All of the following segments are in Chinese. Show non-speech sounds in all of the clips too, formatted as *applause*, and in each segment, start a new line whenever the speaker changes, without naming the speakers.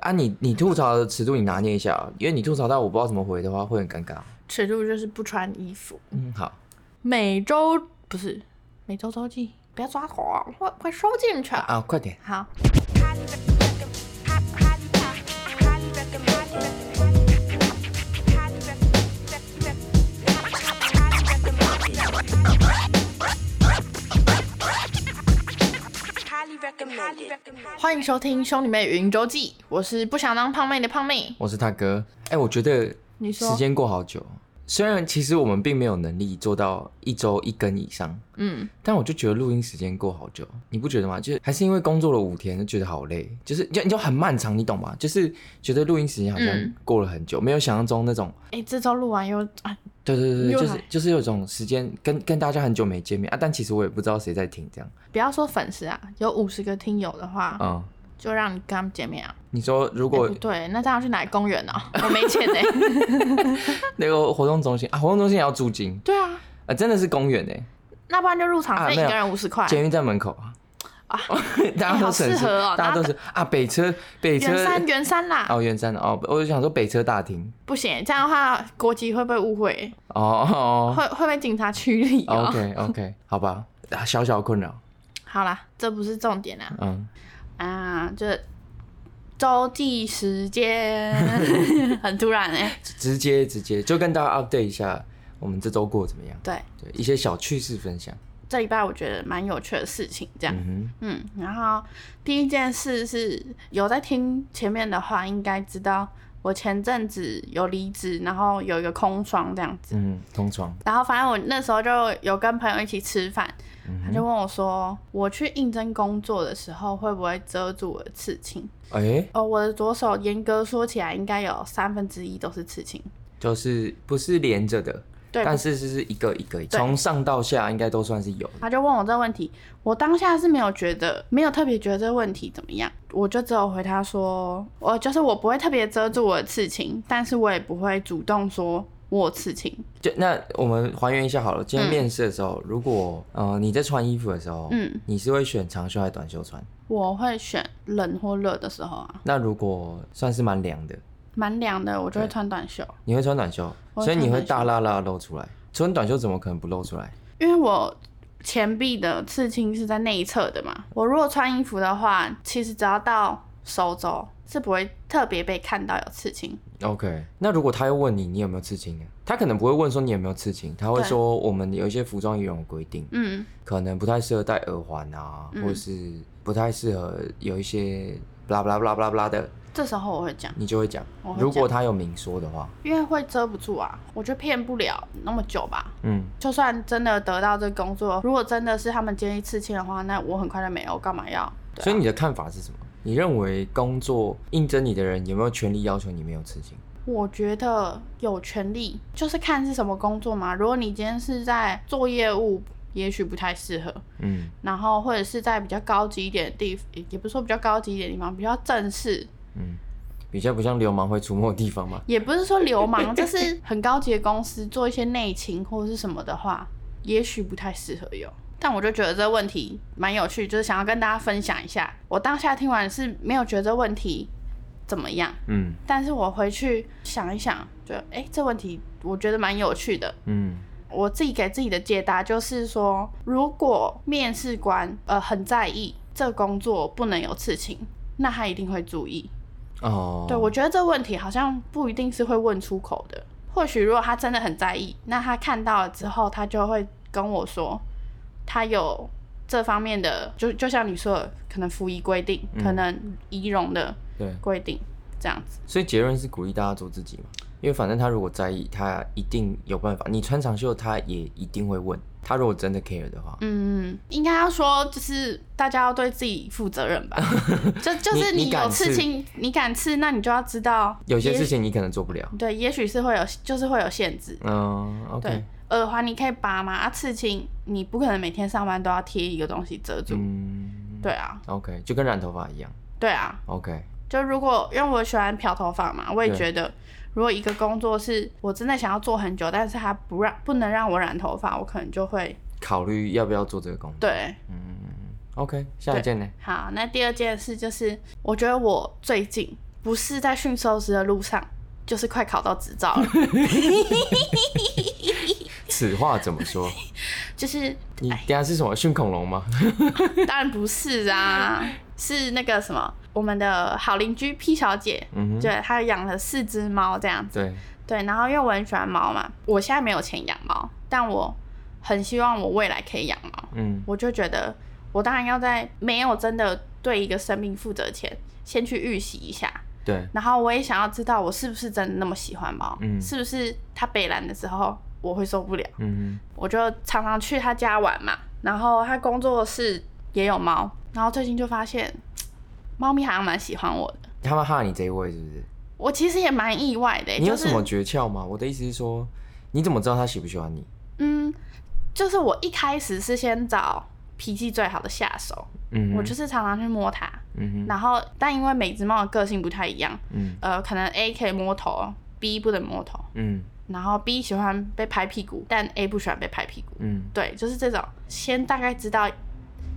啊你，你吐槽的尺度你拿捏一下，啊因为你吐槽到我不知道怎么回的话会很尴尬。
尺度就是不穿衣服，
嗯，好，
每周不是每周周记，不要抓狂，会会收进去。
啊，快点，
好，欢迎收听《兄弟妹语音周记》，我是不想当胖妹的胖妹。
我是他哥。哎、我觉得
你说
时间过好久，哦虽然其实我们并没有能力做到一周一更以上，
嗯，
但我就觉得录音时间过好久，哦你不觉得吗？就是还是因为工作了五天，就觉得好累，就是就你就很漫长，你懂吗？就是觉得录音时间好像
嗯
过了很久，没有想象中那种。
哎、这周录完又啊，
对对对对，
又
就是
来
就是有一种时间跟跟大家很久没见面啊，但其实我也不知道谁在听这样。
不要说粉丝啊，有五十个听友的话，
嗯，
就让你跟他们见面啊。
你说如
哎
果
不对，那这样去哪个公园呢、 *laughs* 我没钱呢、
*laughs* 那个活动中心啊，活动中心也要租金
对啊，
啊，真的是公园哎、
那不然就入场
啊
费一
没有
个人五十块，
监狱在门口啊，
哎啊
*laughs* 大家
哎
都
好
省
适
事，
合哦
大家
大
都是啊，北车北车
元山元山啦，
哦，圆山哦，我就想说北车大厅
不行，这样的话国籍会被误会，
哦哦
会会被警察驱离
哦
哦。
，OK OK，好吧，啊小小困扰，
好啦，这不是重点啦，
嗯，
啊，这周记时 *laughs* 间很突然哎、
直接直接就跟大家 update 一下我们这周过得怎么样，
对，
对一些小趣事分享，
这礼拜我觉得蛮有趣的事情，这样。
嗯
嗯，然后第一件事是有在听前面的话，应该知道我前阵子有离职，然后有一个空窗这样子。
哼，嗯，同床，
然后反正我那时候就有跟朋友一起吃饭，他就问我说，我去应征工作的时候会不会遮住我的刺青？
哎、
哦，我的左手严格说起来应该有三分之一都是刺青，
就是不是连着的，
对。
但是是一个一个，从上到下应该都算是有的，
他就问我这个问题，我当下是没有觉得，没有特别觉得这个问题怎么样，我就只有回他说，我就是我不会特别遮住我的刺青，但是我也不会主动说我有刺青，
就那我们还原一下好了，今天
嗯
面试的时候，如果呃你在穿衣服的时候，
嗯，
你是会选长袖还是短袖穿？
我会选冷或热的时候啊，
那如果算是蛮凉的，
蛮凉的，我就会
对
穿短袖，
你会穿短袖，
我会
所以你会
穿短袖
大辣辣露出来。穿短袖怎么可能不露出来？
因为我前臂的刺青是在内侧的嘛，我如果穿衣服的话，其实只要到手肘是不会特别被看到有刺青，
OK，那如果他又问你你有没有刺青啊？他可能不会问说你有没有刺青，他会
对
说我们有一些服装仪容有规定，
嗯，
可能不太适合戴耳环啊，
嗯
或者是不太适合有一些布拉布拉布拉布拉布拉的，
这时候我会讲。
你就会讲
我。会
如果他有明说的话，
因为会遮不住啊，我就骗不了那么久吧。
嗯，
就算真的得到这个工作，如果真的是他们建议刺青的话，那我很快就没有，我干嘛要？对啊
所以你的看法是什么？你认为工作应征你的人有没有权利要求你没有刺青？
我觉得有权利，就是看是什么工作嘛。如果你今天是在做业务，也许不太适合。
嗯，
然后或者是在比较高级一点的地，也也不是说比较高级一点的地方，比较正式，
比较不像流氓会出没的地方嘛。
也不是说流氓，就是很高级的公司做一些内勤或者是什么的话，也许不太适合有。但我就觉得这问题蛮有趣，就是想要跟大家分享一下。我当下听完是没有觉得这问题怎么样，
嗯
但是我回去想一想，就哎、诶这问题我觉得蛮有趣的。
嗯
我自己给自己的解答就是说，如果面试官呃很在意这工作不能有刺青，那他一定会注意。
哦，
对，我觉得这问题好像不一定是会问出口的。或许如果他真的很在意，那他看到了之后，他就会跟我说，他有这方面的，就就像你说的，可能服仪规定，
嗯
可能仪容的
对，
规定，这样子。
所以结论是鼓励大家做自己嘛，因为反正他如果在意，他一定有办法。你穿长袖，他也一定会问。他如果真的 care 的话，
嗯，应该要说就是大家要对自己负责任
*laughs*
吧。就就是
你你敢
有刺
刺
青，你敢刺，那你就要知道
有些
也
事情你可能做不了。
对，也许是会有，就是会有限制。
嗯
对
，OK，，
耳环你可以拔嘛，啊，刺青你不可能每天上班都要贴一个东西遮住。
嗯
对啊，
，OK，就跟染头发一样。
对啊，
OK，
就如果因为我喜欢漂头发嘛，我也
对
觉得如果一个工作是我真的想要做很久，但是它不让不能让我染头发，我可能就会
考虑要不要做这个工作。
对。
OK，下一件呢？ *laughs*
好，那第二件事就是，我觉得我最近不是在驯兽师的路上，就是快考到执
*laughs*
照了。
此话怎么
*laughs*
说？
就是
你等一下是什
哎
么训恐龙吗？
当然不是啊，是那个什么，我们的好邻居 P 小姐，
嗯哼，
对，她养了四只猫这样子。
对，
对，然后因为我很喜欢猫嘛，我现在没有钱养猫，但我很希望我未来可以养猫。
嗯
我就觉得我当然要在没有真的对一个生命负责前，先去预习一下。
对，
然后我也想要知道我是不是真的那么喜欢猫，
嗯
是不是它北蓝的时候我会受不了。
嗯
我就常常去他家玩嘛，然后他工作室也有猫，然后最近就发现猫咪好像蛮喜欢我的，
哼，他们哈你这一位是不是？
我其实也蛮意外的、
你有
就是
什么诀窍吗？我的意思是说，你怎么知道他喜不喜欢你？
嗯，就是我一开始是先找脾气最好的下手，
嗯哼，
我就是常常去摸它，
嗯哼，
然后但因为每只猫的个性不太一样，
嗯
呃，可能 A 可以摸头，B 不能摸头，
嗯
然后 B 喜欢被拍屁股，但 A 不喜欢被拍屁股。
嗯，
对，就是这种，先大概知道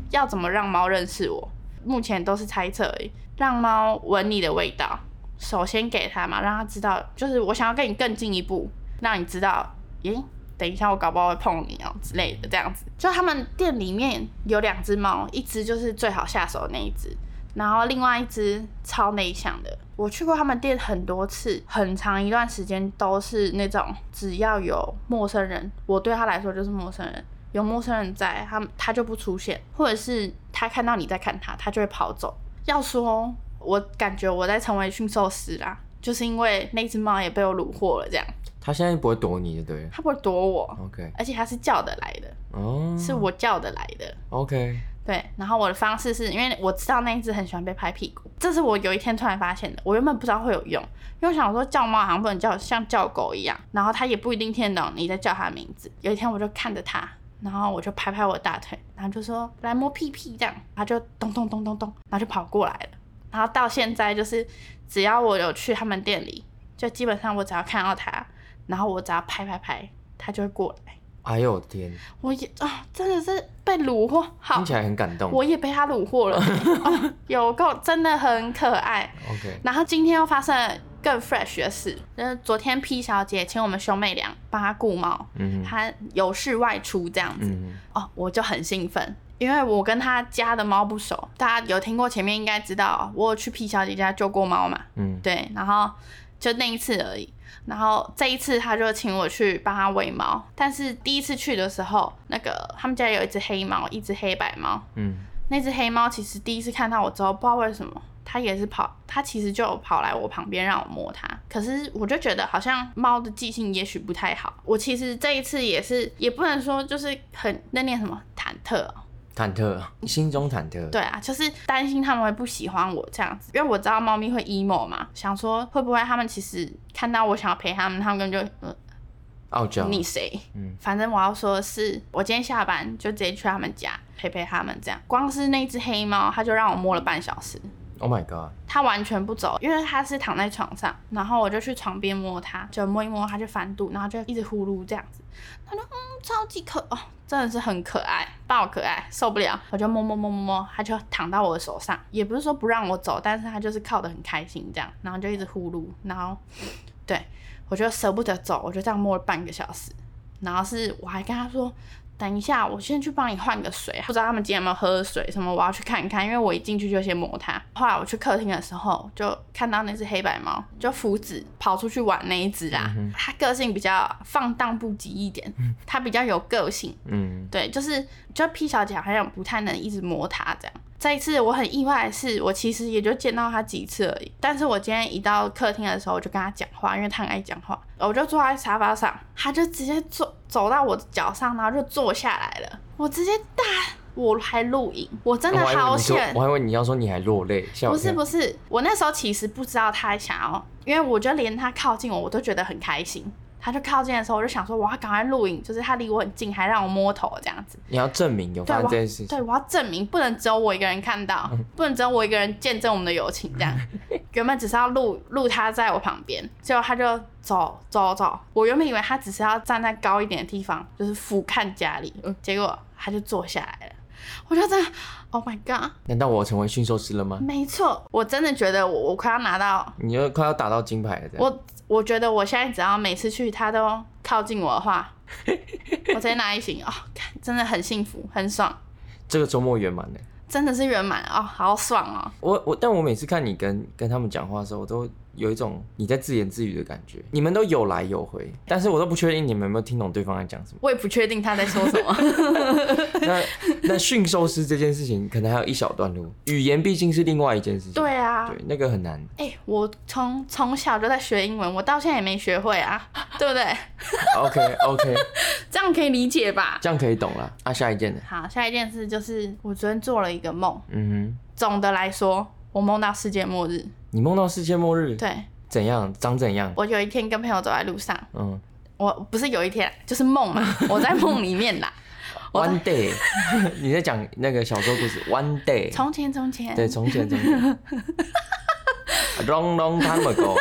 要怎么让猫认识我。目前都是猜测而已，让猫闻你的味道，首先给它嘛，让它知道，就是我想要跟你更进一步，让你知道，咦，等一下我搞不好会碰你哦、之类的，这样子。就他们店里面有两只猫，一只就是最好下手的那一只，然后另外一只超内向的。我去过他们店很多次，很长一段时间都是那种只要有陌生人，我对他来说就是陌生人。有陌生人在，他他就不出现，或者是他看到你在看他，他就会跑走。要说，我感觉我在成为驯兽师啦，就是因为那只猫也被我虏获了，这样
他现在不会躲你就对了。
它不会躲我，
OK，
而且它是叫得来的，
哦，
是我叫得来的。
OK，
对，然后我的方式是因为我知道那一只很喜欢被拍屁股，这是我有一天突然发现的。我原本不知道会有用，因为我想说叫猫好像不能叫像叫狗一样，然后它也不一定听得懂你在叫它的名字。有一天我就看着它，然后我就拍拍我的大腿，然后就说来摸屁屁这样，它就咚咚咚咚咚，然后就跑过来了。然后到现在就是只要我有去他们店里，就基本上我只要看到它，然后我只要拍拍拍，它就会过来。
哎呦天，
我也啊、真的是被虏获，好
听起来很感动。
我也被他虏
*laughs*
获了，哦有够真的很可爱。
OK，
然后今天又发生了更 fresh 的事，就是昨天 P 小姐请我们兄妹俩帮她顾猫，
嗯哼，
她有事外出这样子，
嗯
哦，我就很兴奋。因为我跟她家的猫不熟，大家有听过前面应该知道，我有去 P 小姐家救过猫嘛，
嗯
对，然后就那一次而已。然后这一次他就请我去帮他喂猫，但是第一次去的时候，那个他们家有一只黑猫，一只黑白猫，
嗯
那只黑猫其实第一次看到我之后，不知道为什么，它也是跑，它其实就有跑来我旁边让我摸它。可是我就觉得好像猫的记性也许不太好。我其实这一次也是，也不能说就是很那念什么忐忑哦、
忐忑，心中忐忑。
对啊，就是担心他们会不喜欢我这样子，因为我知道猫咪会 emo 嘛，想说会不会他们其实看到我想要陪他们，他们根本就呃
傲娇。
你谁？
嗯
反正我要说的是，我今天下班就直接去他们家陪陪他们，这样。光是那只黑猫，它就让我摸了半小时，
，Oh my god，
它完全不走，因为它是躺在床上，然后我就去床边摸它，就摸一摸，它就翻肚，然后就一直呼噜这样子。它就嗯，超级可 *laughs* 哦，真的是很可爱，爆可爱，受不了，我就摸摸摸摸摸，它就躺到我的手上，也不是说不让我走，但是它就是靠得很开心这样，然后就一直呼噜，然后对我就舍不得走，我就这样摸了半个小时，然后是我还跟他说。等一下，我先去帮你换个水。啊不知道他们今天有没有喝水什么，我要去看一看，因为我一进去就先摸它。后来我去客厅的时候，就看到那只黑白猫，就福子跑出去玩那一只啦。它、个性比较放荡不羁一点，它比较有个性。
嗯
对，就是就 P 小姐好像不太能一直摸它这样。这一次我很意外的是，我其实也就见到它几次而已。但是我今天一到客厅的时候，我就跟它讲话，因为它很爱讲话。我就坐在沙发上，它就直接坐走到我的脚上，然后就坐下来了。我直接大，我还录影，我真的
哦我还以为
好
你说
险
我。还以为你要说你还落泪，吓我
不
一跳
是不是，我那时候其实不知道他想要，因为我就连他靠近我，我都觉得很开心。他就靠近的时候，我就想说我要赶快录影，就是他离我很近，还让我摸头这样子。
你要证明有
对，
发生
我要
这件事情。嗯
对，我要证明不能只有我一个人看到，不能只有我一个人见证我们的友情。这
*laughs*
样，原本只是要录录他在我旁边，结果他就走走走。我原本以
嗯
为他只是要站在高一点的地方，就是俯瞰家里，结果他就坐下来了。我就真的，Oh my god！
难道我成为驯兽师了吗？
没错，我真的觉得我我快要拿到
你又快要打到金牌了，这样
我我觉得我现在只要每次去他都靠近我的
*laughs*
话，我直接拿一瓶哦，看真的很幸福，很爽，
这个周末圆满了。
真的是圆满哦，好爽哦！
我我，但我每次看你跟跟他们讲话的时候，我都有一种你在自言自语的感觉。你们都有来有回，但是我都不确定你们有没有听懂对方在讲
*laughs*
什么。
我也不确定他在说
*laughs*
什么，
那那驯兽师这件事情，可能还有一小段路。语言毕竟是另外一件事情，
对啊。
对，那个很难。
哎、我从从小就在学英文，我到现在也没学会
*laughs*
啊，对不对？
OK OK，
这样可以理解吧？
这样可以懂了。啊，下一件呢？
好，下一件事就是我昨天做了一个梦，
嗯
总的来说，我梦到世界末日。
哼，你梦到世界末日，
对
怎样？长怎样？
我有一天跟朋友走在路上，
嗯
我不是有一天，就是梦嘛，我在梦里面
*laughs*
啦。我在
，One day，你 *laughs* 在讲那个小说故事，One day，
从前从前，
对，从前从前 A，long long time ago，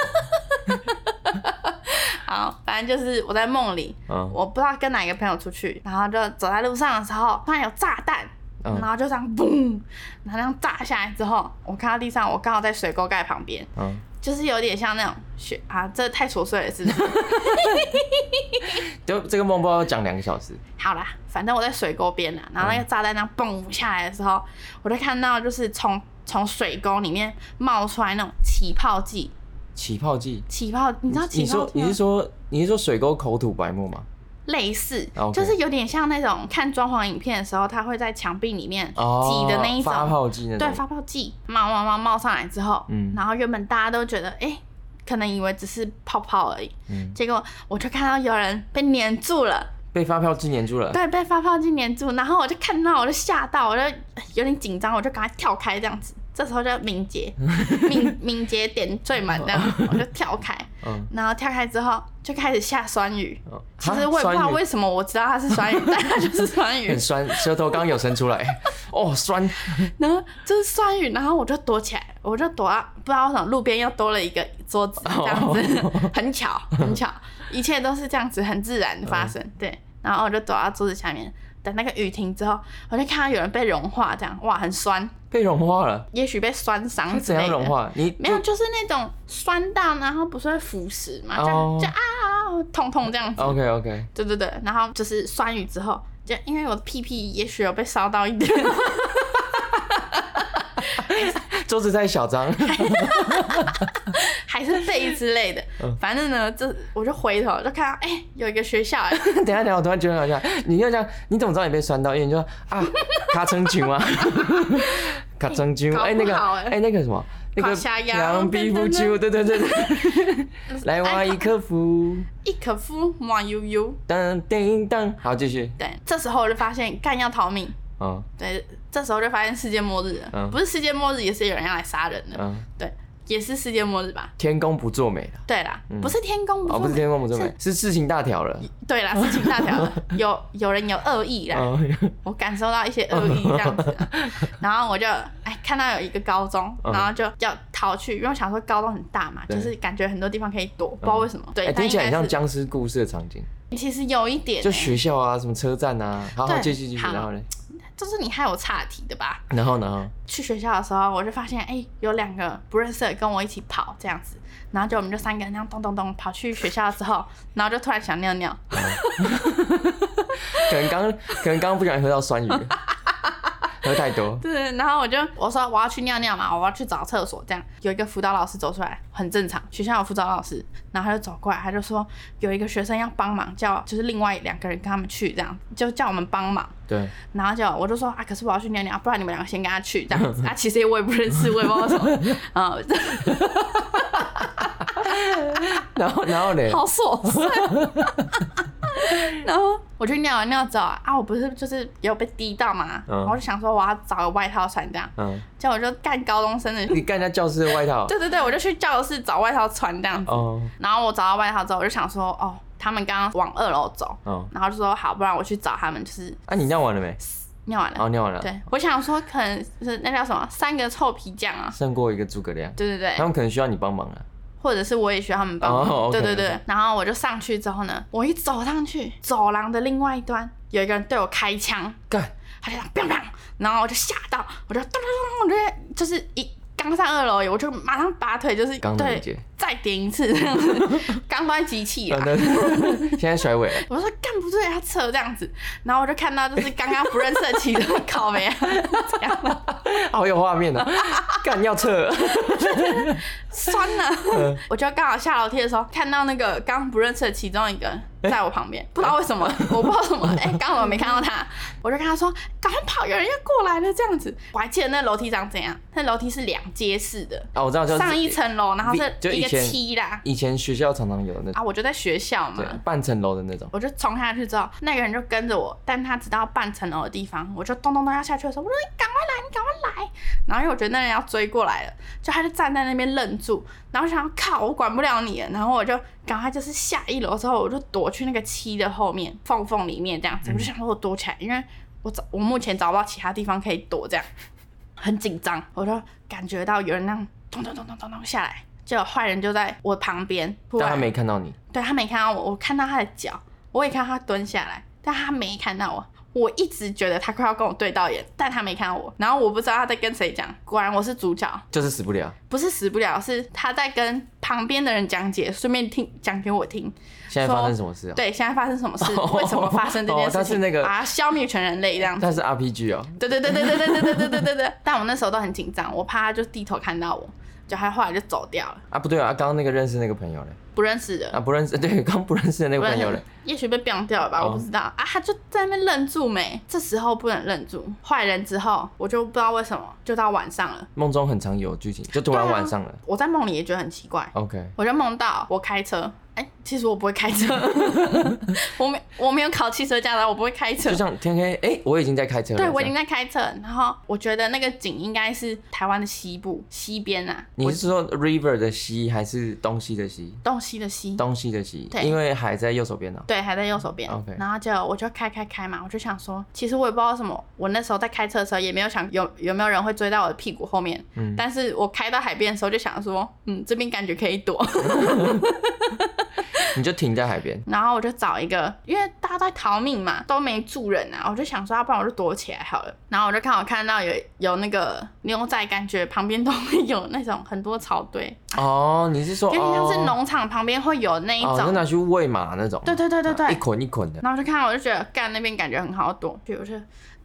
好，反正就是我在梦里，
嗯
我不知道跟哪一个朋友出去，然后就走在路上的时候，突然有炸弹，
嗯
然后就这样嘣，然后这样炸下来之后，我看到地上，我刚好在水沟盖旁边，
嗯，
就是有点像那种雪啊，这太琐碎了，是不是？
就这个梦不知道要讲两个小时，
好啦，反正我在水沟边啦，啊然后那个炸弹这样蹦下来的时候，我就看到就是从从水沟里面冒出来那种起泡剂，
起泡剂。
起泡，你知道起
你
泡
说
剂啊
你
吗
是说你是说水沟口吐白沫吗？
类似
啊，，OK
就是有点像那种看装潢影片的时候，它会在墙壁里面
哦，
挤的那一种，
发泡剂那种。
对，发泡剂冒冒冒冒上来之后，
嗯
然后原本大家都觉得哎。诶可能以为只是泡泡而已，
嗯，
结果我就看到有人被粘住了，
被发泡剂粘住了。
对，被发泡剂粘住，然后我就看到，我就吓到，我就有点紧张，我就赶快跳开这样子。这时候就敏捷，
*laughs*
敏敏捷点缀满这样，我就跳开，
哦嗯，
然后跳开之后就开始下酸雨。
嗯，
其
哈
实我也不知道
酸雨
为什么我知道它是酸雨，但它就是酸雨
*laughs* 很。酸，舌头刚刚有伸出来，哦，酸，
然后就是酸雨，然后我就躲起来，我就躲到不知道为什么路边又多了一个桌子，这样子、
哦
很巧很巧，一切都是这样子很自然的发生。
嗯
对，然后我就躲到桌子下面，等那个雨停之后，我就看到有人被融化，这样哇很酸，
被融化了。
也许被酸伤
它
之
怎
类的。
样融化？你
没有，就是那种酸到，然后不是会腐蚀嘛，就、
哦
就啊，痛痛这样子。
？OK OK，
对对对，然后就是酸雨之后，就因为我的屁屁也许有被烧到一
*laughs*
点，
桌子太小张，
还是被之类的，
嗯
反正呢，这我就回头就看到，哎、有一个学校、哎，
*laughs* 等一下等一下，我突然觉得好像你又这样，你怎么知道你被酸到？因为你就说啊， *laughs* 卡成群啊， *laughs* 卡成群，
搞不
哎那个
好哎
哎那个什么，那个
垮下腰
羊皮
噔
不
噔噔
秋，对对对对，
*laughs*
来挖一颗福，
一可夫马悠悠。
当叮当，好继续，
对，这时候我就发现干要逃命，
嗯
对，这时候就发现世界末日了，
嗯
不是世界末日，也是有人要来杀人的，
嗯，
对，也是世界末日吧？
天公不作美了，
对啦，
嗯
不是天公
哦
不
不是
是，
天公不作美，是事情大条了，
对啦，事情大条了，有有人有恶意啦，
嗯
我感受到一些恶意这样
*laughs*
子，然后我就哎看到有一个高中，
嗯
然后就要逃去，因为我想说高中很大嘛，
对
就是感觉很多地方可以躲，不知道为什么。对，
哎
但
听起来很
应该
像
是
僵尸故事的场景。
其实有一点欸、
就学校啊，什么车站啊，好好
对
继续继续，
好
然后呢，
就是你害我岔题的吧？
然后呢，
去学校的时候，我就发现哎、有两个不认识的跟我一起跑这样子，然后就我们就三个人那样咚咚咚跑去学校之后，然后就突然想尿尿，
可能刚可能刚刚不小心喝到
*laughs*
酸雨，喝太多，
对，然后我就我说我要去尿尿嘛，我要去找厕所，这样有一个辅导老师走出来，很正常，学校有辅导老师，然后他就走过来，他就说有一个学生要帮忙，叫就是另外两个人跟他们去，这样就叫我们帮忙，
对，
然后就我就说啊，可是我要去尿尿，不然你们两个先跟他去这样 *laughs* 子，啊，其实我也不认识，我也不知道什么， *laughs* 啊，这
然后然后嘞，
好琐碎。然后我去尿完尿之后啊，啊我不是就是有被滴到嘛，
嗯
然后我就想说我要找个外套穿这样，
嗯，
结果我就干高中生的
你干人家教室的外套，
对对对，我就去教室找外套穿这样子。
哦
然后我找到外套之后，我就想说，哦，他们刚刚往二楼走，
哦，
然后就说好，不然我去找他们，就是
啊，你尿完了没？
尿完了。
哦，尿完了，
对，我想说可能就是那叫什么三个臭皮匠啊，
胜过一个诸葛亮，
对对对
他，们可能需要你帮忙啊了，
或者是我也需要他们帮忙。
哦，OK，
对对对
OK
然后我就上去之后呢，我一走上去，走廊的另外一端有一个人对我开枪，
干，
他就砰砰，然后我就吓到，我就咚咚咚，我就就是一刚上二楼，我就马上拔腿，就是
刚能理
对，
解，
再点一次这样子，刚关机器啊
但。但 *laughs* 现在甩尾了，
我说干不对，他扯这样子，然后我就看到就是刚刚不认识的骑的靠没啊， *laughs* 这样
好有画
*laughs*
面哦，干要撤，
酸
嗯
了。我就刚好下楼梯的时候看到那个刚不认识的其中一个
哎
在我旁边，不知道为什么，我不知道为什么，哎、刚刚我没看到他，我就跟他说赶快跑，有人要过来了这样子。我还记得那楼梯长怎样，那楼梯是两阶式的，
啊，我知道，就是
上一层楼，然后
就是
一
以
个
前
梯啦，
以前学校常常有那种，
啊，我就在学校嘛
对，，半层楼的那种，
我就冲下去之后，那个人就跟着我，但他只到半层楼的地方，我就咚咚咚要下去的时候，我说你赶快来，你赶快来。然后因为我觉得那人要追过来了，就他就站在那边愣住，然后我想靠，我管不了你了，然后我就赶快就是下一楼之后，我就躲去那个漆的后面缝缝里面这样子，
嗯
我就想说我躲起来，因为我找我目前找不到其他地方可以躲这样。 *laughs* 很紧张，我就感觉到有人那样咚咚咚咚咚咚下来，结果坏人就在我旁边，突
但
然
他没看到你，
对他没看到我，我看到他的脚，我也看到他蹲下来，但他没看到我。我一直觉得他快要跟我对到眼，但他没看到我，然后我不知道他在跟谁讲。果然我是主角，
就是死不了，
不是死不了，是他在跟旁边的人讲解，顺便听讲给我听。
现在发生什么事啊？
对，现在发生什么事？为什么发生这件
哦他
事
是
情？
那个
把它消灭全人类这样子。
但是 RPG 哦，
对对对对对对对对对对对对。 *laughs* 但我那时候都很紧张，我怕他就低头看到我，就他后来就走掉了，
啊不对啊，刚刚那个认识那个朋友嘞，
不认识的。
啊不认识，对，刚不认识的那个
不然
朋友嘞，
也许被绑掉了吧，
哦
我不知道啊。他就在那边愣住没，这时候不能愣住，坏人之后我就不知道为什么，就到晚上了。
梦中很常有剧情，就突然
对啊
晚上了
我在梦里也觉得很奇怪，
，OK，
我就梦到我开车，哎、其实我不会
*laughs*
开车，我没我没有考汽车驾照，我不会开车
就。像天黑，哎，我已经在开车了，
对，我已
这
经
样，
在开车，然后我觉得那个景应该是台湾的西部西边啊，
你是说 river 的西还是东西的西？
东西的西，
东西的西，
对
因为海在右手边呢、啊
对，还在右手边。
OK
然后就我就开开开嘛，我就想说，其实我也不知道什么，我那时候在开车的时候也没有想有有没有人会追到我的屁股后面。
嗯
但是我开到海边的时候就想说，嗯，这边感觉可以躲。 *laughs*
你就停在海边。
然后我就找一个，因为大家都在逃命嘛，都没住人啊，我就想说，要不然我就躲起来好了。然后我就看我看到有有那个牛仔，感觉旁边都会有那种很多草堆，
哦，你是说
有点像是
哦
农场旁边会有那一
哦，那
种。
拿去喂马那种，
对对对对对，
一捆一捆的，
然后我就看到，我就觉得干那边感觉很好躲，所以我就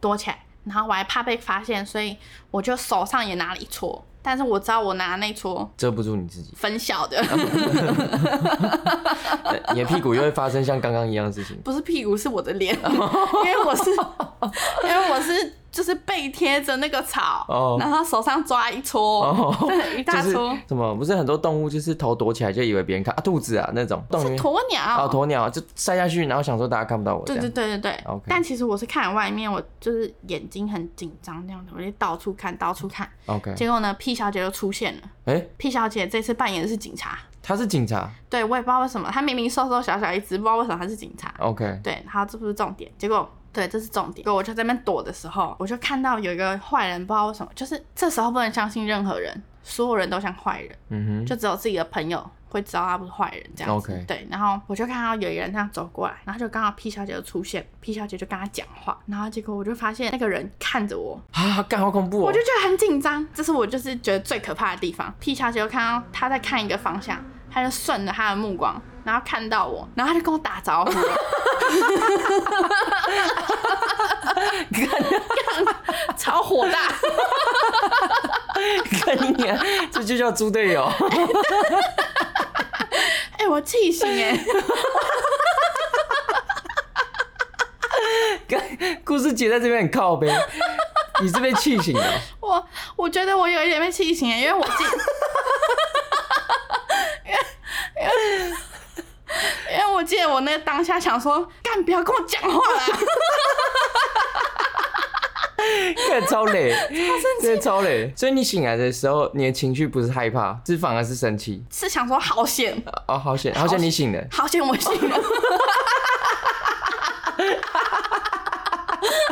躲起来，然后我还怕被发现，所以我就手上也拿了一撮，但是我知道我拿那撮
遮不住你自己， *laughs*
分校的，
嗯呃你的屁股又会发生像刚刚一样的
*laughs*
事情。
*laughs* 不是屁股是我的脸，
哦
因为我是因为我是就是背贴着那个草，
哦
然后手上抓一撮，
哦，
对，一 *laughs* 大
就是
撮。
什么？不是很多动物就是头躲起来就以为别人看啊，肚子啊那种，动物
是鸵鸟，
哦鸵鸟就塞下去，然后想说大家看不到我这
对
样
对。对对对
OK
但其实我是看外面，我就是眼睛很紧张这样子，我就到处看到处看，
OK，
结果呢，P 小姐就出现了。
哎，
P 小姐这次扮演的是警察，
他是警察。
对我也不知道为什么，她明明瘦瘦小小一只，不知道为什么她是警察。
OK，
对，然后这不是重点，结果对，这是重点。结果我就在那边躲的时候，我就看到有一个坏人，不知道为什么，就是这时候不能相信任何人，所有人都像坏人，
嗯
就只有自己的朋友会知道他不是坏人这样子。
OK
对，然后我就看到有一个人这样走过来，然后就刚好 P 小姐就出现，P 小姐就跟他讲话，然后结果我就发现那个人看着我，
哼，啊，干好恐怖
我
哦
就！觉得很紧张，这是我就是觉得最可怕的地方。P 小姐就看到她在看一个方向，她就顺着她的目光，然后看到我，然后她就跟我打招呼了，干超火大，
看你娘，这就 *laughs* 叫猪队友。
哎、我气醒哎、
故事结在这边很靠背，你是被气醒的。
我我觉得我有一点被气醒欸耶，因为我 *laughs* 自己，因为因为因为我记得我那个当下想说，干不要跟我讲话啦，
看超累，真的超累。所以你醒来的时候，你的情绪不是害怕，是反而是生气。
是想说好险，
哦，好险，好险你醒了。
好险我醒了。 *laughs*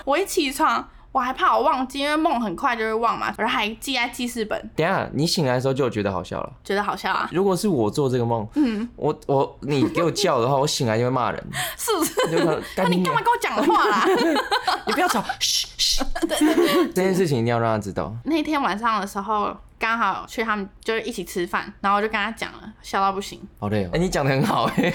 我一起床，我还怕我忘记，因为梦很快就会忘嘛，然后还记在记事本，
等一下你醒来的时候就有觉得好笑了。
觉得好笑啊，
如果是我做这个梦，
嗯，
我我你给我叫的话，我醒来就会骂人，
是不是？
就可能
*laughs* 那
干
你
你
干嘛跟我讲话啦？ *laughs*
娘你不要吵，嘘嘘。 *laughs* 这件事情一定要让他知道。
那天晚上的时候，刚好去他们就是一起吃饭，然后我就跟他讲了，笑到不行。
好累哦，哎，你讲的很好， *laughs* 哎，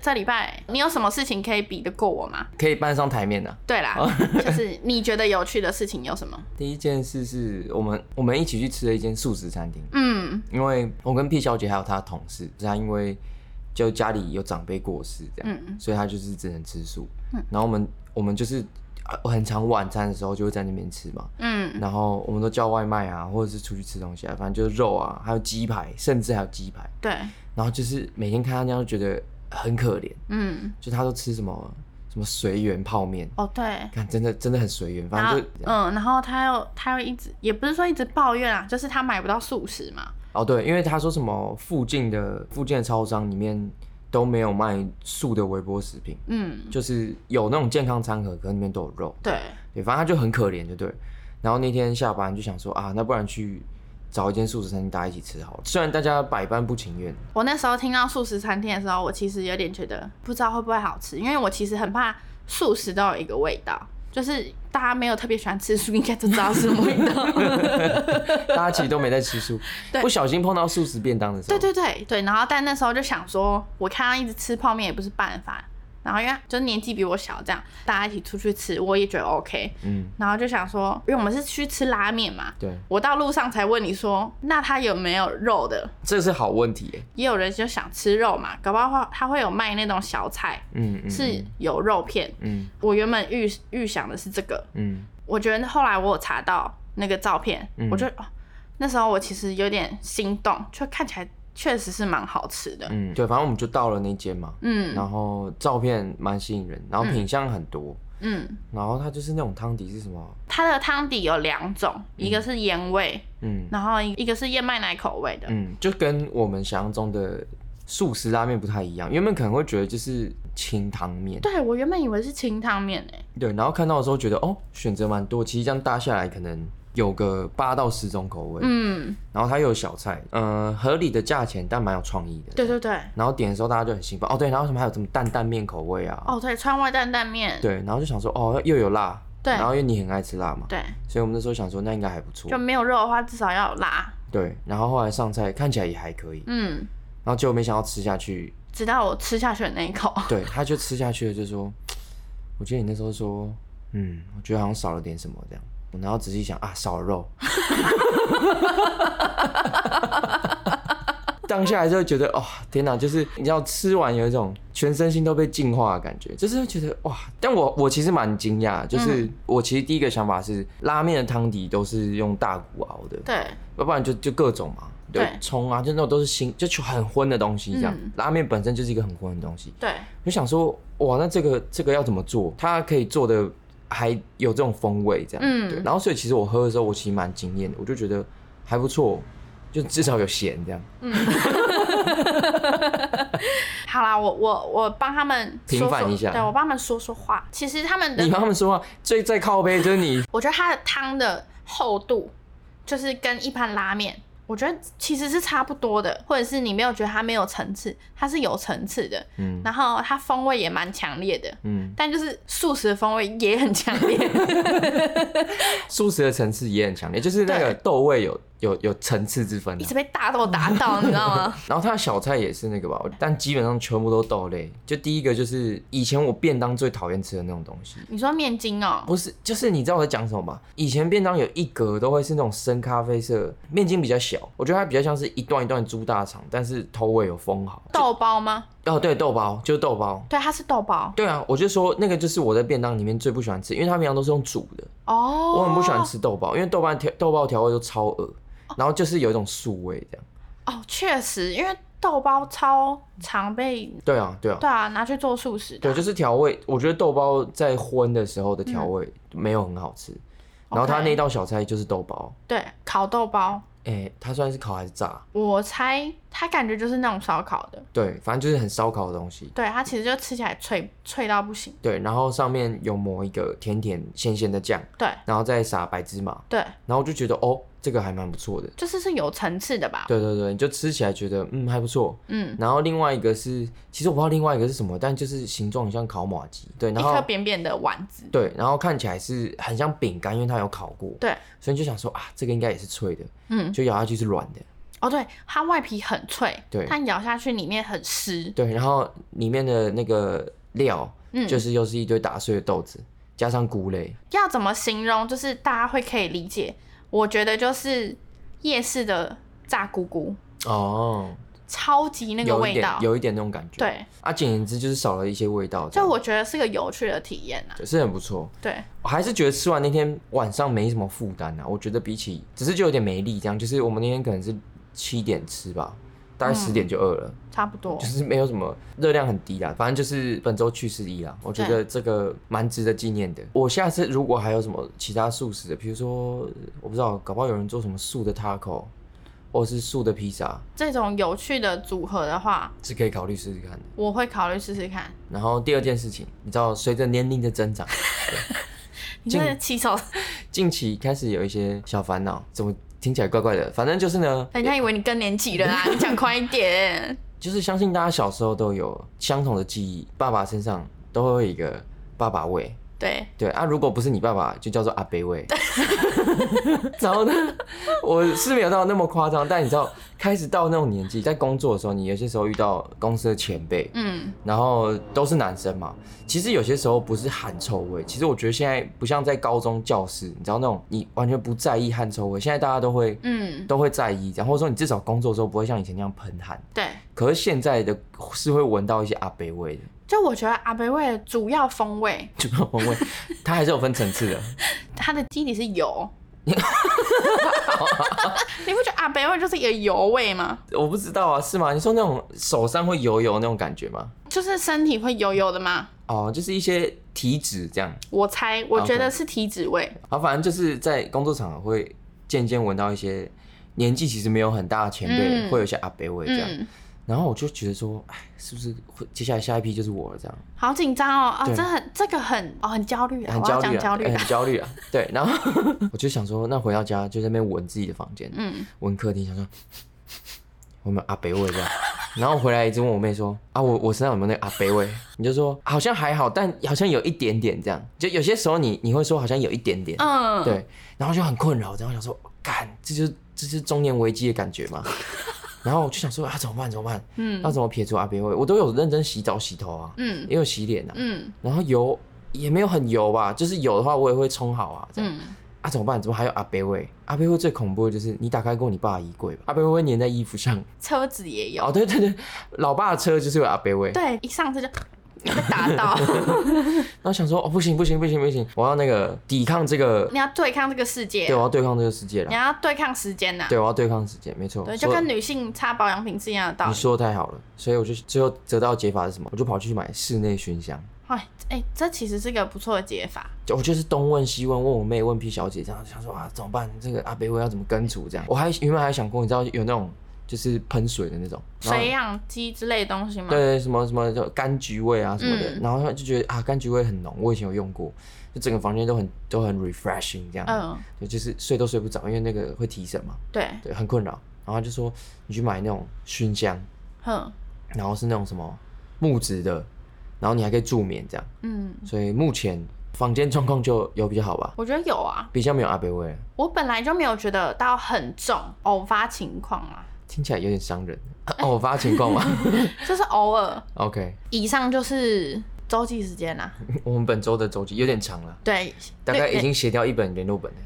这礼拜你有什么事情可以比得过我吗？
可以搬上台面啊的。
对啦， *laughs* 就是你觉得有趣的事情有什么？
第一件事是我们我们一起去吃了一间素食餐厅，
嗯
因为我跟 P 小姐还有她的同事，她因为就家里有长辈过世这样，
嗯
所以她就是只能吃素。
嗯
然后我们我们就是呃很常晚餐的时候就会在那边吃嘛，
嗯，
然后我们都叫外卖啊，或者是出去吃东西啊，反正就是肉啊，还有鸡排，甚至还有鸡排。
对，
然后就是每天看她那样，就觉得很可怜，
嗯
就她都吃什么什么随缘泡面，
哦对。
看真的真的很随缘，
然
反
后
正就
嗯，然后他又他又一直也不是说一直抱怨啊，就是他买不到素食嘛。
哦对，因为她说什么附近的附近的超商里面都没有卖素的微波食品。
嗯，
就是有那种健康餐盒，可能里面都有肉。
对，
对，反正他就很可怜，就对了。然后那天下班就想说啊，那不然去找一间素食餐厅，大家一起吃好了。虽然大家百般不情愿，
我那时候听到素食餐厅的时候，我其实有点觉得不知道会不会好吃，因为我其实很怕素食都有一个味道，就是大家没有特别喜欢吃素，应该都知道 *laughs* 是什么味道。
大家其实都没在吃素
*laughs* 对，
不小心碰到素食便当的时候，
对对对对，然后但那时候就想说，我看他一直吃泡面也不是办法，然后因为就年纪比我小，这样大家一起出去吃，我也觉得 OK，
嗯，
然后就想说，因为我们是去吃拉面嘛，
对，
我到路上才问你说，那他有没有肉的？
这是好问题耶，
也有人就想吃肉嘛，搞不好他会有卖那种小菜，
嗯嗯，
是有肉片。
嗯，
我原本预预想的是这个，
嗯
我觉得后来我有查到那个照片，
嗯
我就、哦、那时候我其实有点心动，就看起来确实是蛮好吃的
嗯。嗯，对，反正我们就到了那间嘛，
嗯
然后照片蛮吸引人，然后品相很多，
嗯，
然后它就是那种汤底是什么？
它的汤底有两种，一个是盐味，
嗯
然后一一个是燕麦奶口味的。
嗯，就跟我们想象中的素食拉面不太一样。原本可能会觉得就是清汤面，
对我原本以为是清汤面欸诶，
对，然后看到的时候觉得哦，选择蛮多。其实这样搭下来，可能有个八到十种口味。
嗯，
然后它又有小菜，嗯，合理的价钱，但蛮有创意的。
对对对，
然后点的时候大家就很兴奋哦，对，然后什么还有什么担担面口味啊，
哦对，川味担担面，
对，然后就想说哦又有辣，
对
然后因为你很爱吃辣嘛，
对，
所以我们那时候想说那应该还不错
就，没有肉的话，至少要有辣。
对，然后后来上菜看起来也还可以，
嗯，
然后结果没想到吃下去
直到我吃下去的那
*laughs*
一口，
对，他就吃下去了，就说：“我记得你那时候说，嗯，我觉得好像少了点什么这样。”然后仔细想啊，少了肉。 *laughs* 当下就会觉得哦，天哪！就是你知道，吃完有一种全身心都被净化的感觉，就是会觉得哇。但我我其实蛮惊讶，就是我其实第一个想法是，拉面的汤底都是用大骨熬的，
对，
要不然就就各种嘛，对
对，
葱啊，就那种都是新，就很昏的东西这样。
嗯
拉面本身就是一个很昏的东西，
对，
就想说，哇，那这个这个要怎么做？它可以做的还有这种风味，这样。
嗯
对。然后所以其实我喝的时候，我其实蛮惊艳的，我就觉得还不错，就至少有咸这样。
好啦，我我我帮他们说说
平反一下
对我帮他们说说话。其实他们的
你，帮他们说话，最最靠背就是你，
我觉得它的汤的厚度，就是跟一盘拉面，我觉得其实是差不多的，或者是你没有觉得它没有层次，它是有层次的，
嗯
然后它风味也蛮强烈的。
嗯，
但就是素食的风味也很强烈，
*laughs* 素食的层次也很强烈，就是那个
对
豆味有有有层次之分
一
啊、
直被大豆打到，你知道吗？
然后它的小菜也是那个吧，但基本上全部都豆类。就第一个就是以前我便当最讨厌吃的那种东西，
你说面筋哦、
不是，就是你知道我在讲什么吗？以前便当有一格都会是那种深咖啡色，面筋比较小，我觉得它比较像是一段一段猪大肠，但是头尾有封好。
豆包吗？
哦，对，豆包就是豆包。
对，它是豆包
对啊，我就说那个就是我在便当里面最不喜欢吃，因为它平常都是用煮的，
哦。
我很不喜欢吃豆包，因为豆瓣调豆包调味都超恶，然后就是有一种素味这样。
哦，确实，因为豆包超常被
对啊，对啊，
对啊拿去做素食的
对，
啊，
就是调味，我觉得豆包在荤的时候嗯的调味没有很好吃，然后它
OK
那道小菜就是豆包，
对烤豆包，
哎、它算是烤还是炸？
我猜它感觉就是那种烧烤的，
对，反正就是很烧烤的东西。
对，它其实就吃起来脆脆到不行。
对，然后上面有抹一个甜甜咸咸的酱，
对
然后再撒白芝麻，
对，
然后我就觉得哦，这个还蛮不错的。
就是是有层次的吧？
对对对，你就吃起来觉得嗯还不错。
嗯，
然后另外一个是，其实我不知道另外一个是什么，但就是形状很像烤马鸡，对，
一
然后
颗扁扁的丸子，
对，然后看起来是很像饼干，因为它有烤过，
对，
所以你就想说啊，这个应该也是脆的，
嗯，
就咬下去是软的，
哦，对，它外皮很脆，
对
但咬下去里面很湿，
对，然后里面的那个料
嗯，
就是又是一堆打碎的豆子，加上菇类，
要怎么形容？就是大家会可以理解，我觉得就是夜市的炸咕咕，
哦，
超级那个
有一
味
点
道，
有一点那种感觉，，
对，
啊，简言之就是少了一些味道这
就
样，
我觉得是个有趣的体验啊，
对是很不错，
对，
我还是觉得吃完那天晚上没什么负担啊。我觉得比起只是就有点没力，这样就是我们那天可能是七点吃吧，大概
嗯
十点就饿了，
差不多
就，是没有什么热量很低啦。反正就是本周去世一啦，我觉得这个蛮值得纪念的。我下次如果还有什么其他素食的，比如说我不知道，搞不好有人做什么素的 taco，或者是素的披萨，
这种有趣的组合的话，
是可以考虑试试看的。
我会考虑试试看。
然后第二件事情，你知道，随着年龄的增长，
你真的
*laughs*
气手，
近期开始有一些小烦恼，怎么听起来怪怪的？反正就是呢，
人家以为你更年期了
*laughs*
啦，你讲快一点。
就是相信大家小时候都有相同的记忆，爸爸身上都会有一个爸爸味。
对，
对啊，如果不是你爸爸，就叫做阿伯味。然后呢，我是没有到那么夸张，但你知道，开始到那种年纪，在工作的时候，你有些时候遇到公司的前辈，
嗯，
然后都是男生嘛。其实有些时候不是汗臭味，其实我觉得现在不像在高中教室，你知道那种你完全不在意汗臭味，现在大家都会
嗯，
都会在意，然后说你至少工作的时候不会像以前那样喷汗。
对，
可是现在的是会闻到一些阿北味的， *laughs*
就我觉得阿北味的主要风味，
就那种味，它还是有分层次的。
它的基底是
*laughs*
油。你不觉得阿北味就是一个油味吗？
我不知道啊，是吗？你说那种手上会油油那种感觉吗？
就是身体会油油的吗？
哦，就是一些体脂这样。
我
啊
猜，我觉得是体脂味。
好，反正就是在工作场合会渐渐闻到一些年纪其实没有很大的前辈、
嗯
会有一些阿北味这样。
嗯，
然后我就觉得说，哎，是不是会接下来下一批就是我了这样？
好紧张哦！啊，
对
这很这个很哦很焦虑啊，
很
我
焦
要
虑啊，
讲焦虑
哎
感
很。焦虑啊。对，然后 *laughs* 我就想说，那回到家就在那边闻自己的房间，
嗯，
文客厅，想说我有没有阿北味这样。 *laughs* 然后回来一直问我妹说啊，我我身上有没有那个阿北味？你就说好像还好，但好像有一点点这样。就有些时候你你会说好像有一点点，
*laughs* 嗯，
对，然后就很困扰，然后想说，干，这就是这就是中年危机的感觉嘛。然后我就想说啊，怎么办？怎么办？
嗯
要怎么撇除阿北味？我都有认真洗澡洗头啊，
嗯
也有洗脸啊，
嗯
然后油也没有很油吧，就是有的话我也会冲好啊，这样。
嗯，
啊，怎么办？怎么还有阿贝味？阿贝味最恐怖的就是你打开过你爸的衣柜吧，阿贝味会粘在衣服上。
车子也有。
哦，对对对，老爸的车就是有阿贝味。
对，一上
*laughs*
车就被打到，
然后想说，哦，不行不行不行不行，我要那个抵抗这个，
你要对抗这个世界
对，我，要对抗这个世界
你
了。
要对抗时间呐、
对，我要对抗世界，没错。
对，就
所以
跟女性擦保养品是一样的道
你
理。
说的太好了，所以我就最后得到的解法是什么？我就跑去买室内熏香，
哎哎、这其实是个不错的解法。
就我就是东问西问，问我妹，问 P 小姐，这样想说啊，怎么办？这个阿贝味要怎么根除？这样，我还原本还想过，你知道有那种就是喷水的那种，然后
水养鸡之类的东西嘛，
哦对，什么什么就柑橘味啊什么的，
嗯
然后他就觉得啊，柑橘味很浓，我以前有用过，就整个房间都很都很 refreshing 这样，
嗯，
对，就是睡都睡不着，因为那个会提神嘛，
对，
对，很困扰。然后他就说你去买那种熏香，
哼，
然后是那种什么木质的，然后你还可以助眠这样，
嗯，
所以目前房间状况就有比较好吧，
我觉得有啊，
比较没有阿北味了，
我本来就没有觉得到很重，偶发情况啊，
听起来有点伤人，偶发情况嘛。
就是偶尔。
*laughs* OK，
以上就是周记时间啦、啊
我们本周的周记有点长了，
对，
大概已经写掉一本联络本了。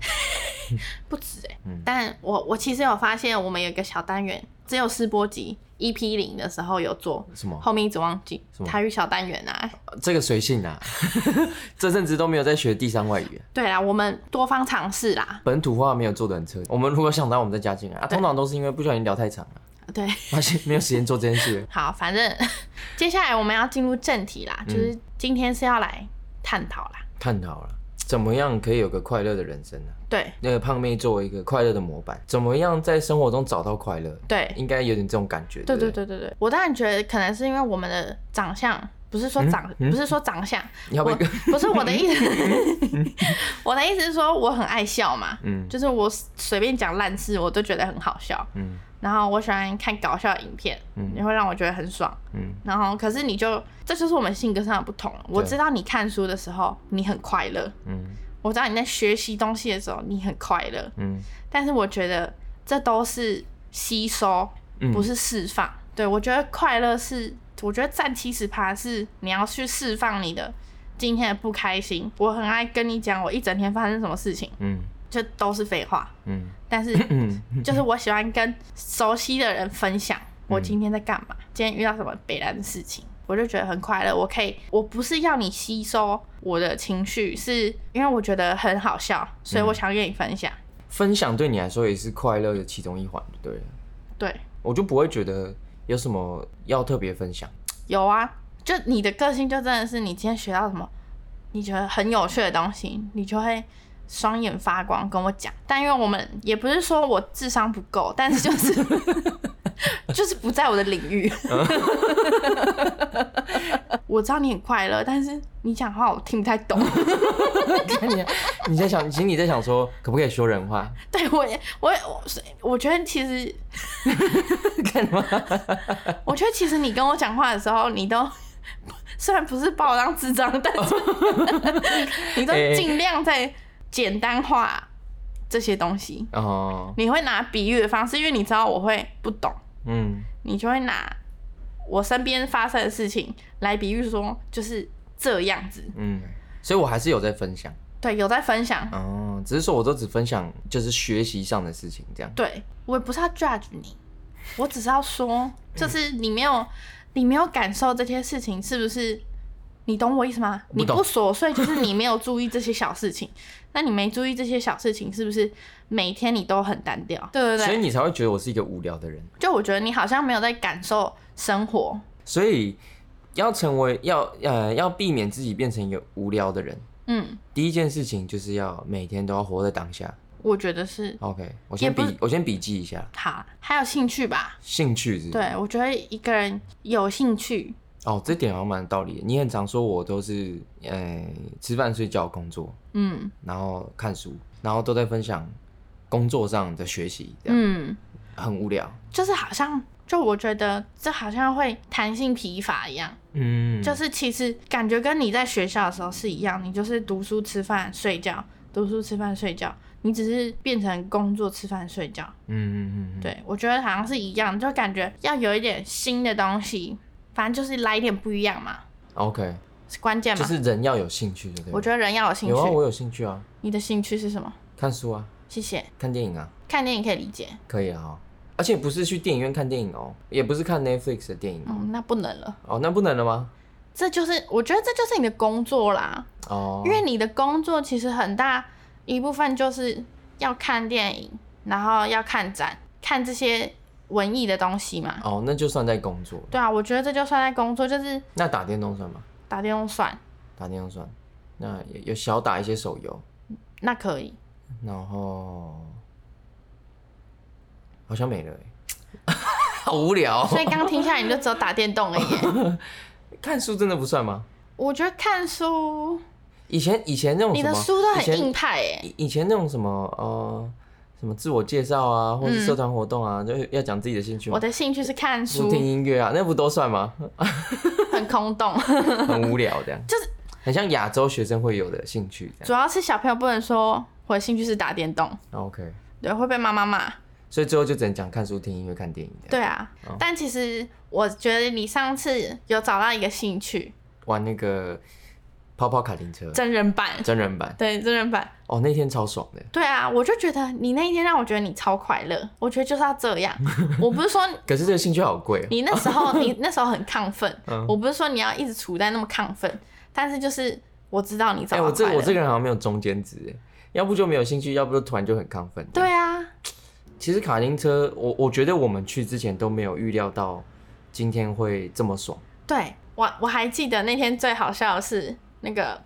不止哎、欸
嗯
但我我其实有发现，我们有一个小单元，只有试播集 EP 零的时候有做，
什么？
后面一直忘记
什么
台语小单元啊。
这个随性啊，这阵子都没有在学第三外语，
对啦，我们多方尝试啦。
本土化没有做的很彻底。我们如果想到，我们再加进来啊。通常都是因为不小心聊太长了，
对， *laughs*
发现没有时间做这件事。
好，反正 *laughs*
嗯
接下来我们要进入正题啦，就是今天是要来探讨啦。
探讨了，怎么样可以有个快乐的人生啊呢、
对
那个胖妹作为一个快乐的模板，怎么样在生活中找到快乐？
对，
应该有点这种感觉。
对
对
对
不
对对对，我当然觉得可能是因为我们的长相，不是说长，
嗯嗯
不是说长相，
你要不
我
要跟？
不是我的意
*laughs*
思， *laughs* 我的意思是说我很爱笑嘛，
嗯
就是我随便讲烂事我都觉得很好笑，
嗯
然后我喜欢看搞笑的影片，也会让我觉得很爽。
嗯，
然后可是你就这就是我们性格上的不同了。我知道你看书的时候你很快乐，
嗯
我知道你在学习东西的时候你很快乐，
嗯
但是我觉得这都是吸收，
嗯，
不是释放。对我觉得快乐是，我觉得占七十趴是你要去释放你的今天的不开心。我很爱跟你讲我一整天发生什么事情，
嗯
这都是废话。
嗯
但是
嗯
就是我喜欢跟熟悉的人分享我今天在干嘛，今天遇到什么北兰的事情，我就觉得很快乐。我可以，我不是要你吸收我的情绪，是因为我觉得很好笑，所以我想跟你分享。
分享对你来说也是快乐的其中一环，对了
对，
我就不会觉得有什么要特别分享。 *laughs*
有啊，就你的个性就真的是你今天学到什么，你觉得很有趣的东西，你就会双眼发光跟我讲。但因为我们也不是说我智商不够，但是就是就是不在我的领域。我知道你很快乐，但是你讲话我听不太懂。 *laughs*
你你在想，其实你在想说，可不可以说人话？ *laughs*
对我也，我也我是我觉得其实
干嘛？
我觉得其实你跟我讲话的时候，你都 *laughs* 虽然不是把我当智障，但是你都尽量在简单化这些东西。
哦，
你会拿比喻的方式，因为你知道我会不懂，
嗯
你就会拿我身边发生的事情来比喻说，就是这样子。
嗯，所以我还是有在分享。
对，有在分享，
哦，只是说我都只分享就是学习上的事情，这样。
对我也不是要 judge *laughs* 你，我只是要说，就是你没有，你没有感受这些事情是不是？你懂我意思吗？
不
你
懂
不琐碎，就是你没有注意这些小事 *laughs* 情。那你没注意这些小事情，是不是每天你都很单调？对对
所以
对，
你才会觉得我是一个无聊的人。
就我觉得你好像没有在感受生活。
所以要成为要呃要避免自己变成一个无聊的人，
嗯，
第一件事情就是要每天都要活在当下。
我觉得是
OK，我先
也不是
笔我先笔记一下
好，还有兴趣吧？
兴趣是不是
对，我觉得一个人有兴趣，
哦，这点好像蛮有道理的。你很常说我都是呃吃饭睡觉工作，
嗯
然后看书，然后都在分享工作上的学习，这样、
嗯，
很无聊。
就是好像，就我觉得这好像会弹性疲乏一样，
嗯，
就是其实感觉跟你在学校的时候是一样，你就是读书、吃饭、睡觉，读书、吃饭、睡觉，你只是变成工作、吃饭、睡觉。
嗯嗯嗯，嗯，
对我觉得好像是一样，就感觉要有一点新的东西，反正就是来一点不一样嘛，
，OK，
是关键
就
嘛。
是人要有兴趣的，对
我
不对？
觉得人要有兴
有啊，
趣，
我有兴趣啊，
你的兴趣是什么？
看书啊，
谢谢，
看电影啊，
看电影可以理解，
可以啊、哦。而且不是去电影院看电影哦，也不是看 Netflix 的电影哦。
嗯，那不能了，
哦，那不能了吗？
这就是我觉得这就是你的工作啦。
哦，
因为你的工作其实很大一部分就是要看电影，然后要看展，看这些文艺的东西嘛。
哦，那就算在工作。
对啊，我觉得这就算在工作，就是
那打电动算吗？
打电动算，
打电动算。那有有小打一些手游，
那可以。
然后好像没了欸 *laughs* 好无聊哦、
所以刚刚听下来，你就只有打电动而已
*laughs*
耶。
看书真的不算吗？
我觉得看书，
以前以前那种
你的
哦什么
书都
以
很
前
硬派哎。
以以前那种什么呃什么自我介绍啊，或者是社团活动啊，就是要讲自己的兴趣
嗯我
嘛，
的兴趣是看
不
书，
听音乐啊，那不都算吗？
很空
*laughs*
洞。 *laughs*
很无聊这样，
就是
很像亚洲学生会有的兴趣这样。哦
主要是小朋友不能说我的兴趣是打电动，
OK，
对，会被妈妈骂。
所以最后就只能讲看书、听音乐、看电影这样，
对啊，
哦
但其实我觉得你上次有找到一个兴趣，
玩那个泡泡卡丁车
真人版，
真人版。
对，真人版。
哦，那天超爽的。
对啊，我就觉得你那一天让我觉得你超快乐，我觉得就是要
*laughs*
这样。我不是说
可是这个兴趣好贵哦。
你那时候你那时候很亢奋，
嗯
我不是说你要一直处在那么亢奋，但是就是我知道你找
哎、
到
我
快乐。
这我这个人好像没有中间值哎，要不就没有兴趣，要不就突然就很亢奋。
对啊，
其实卡丁车，我我觉得我们去之前都没有预料到今天会这么爽。
对我我还记得那天最好笑的是那个。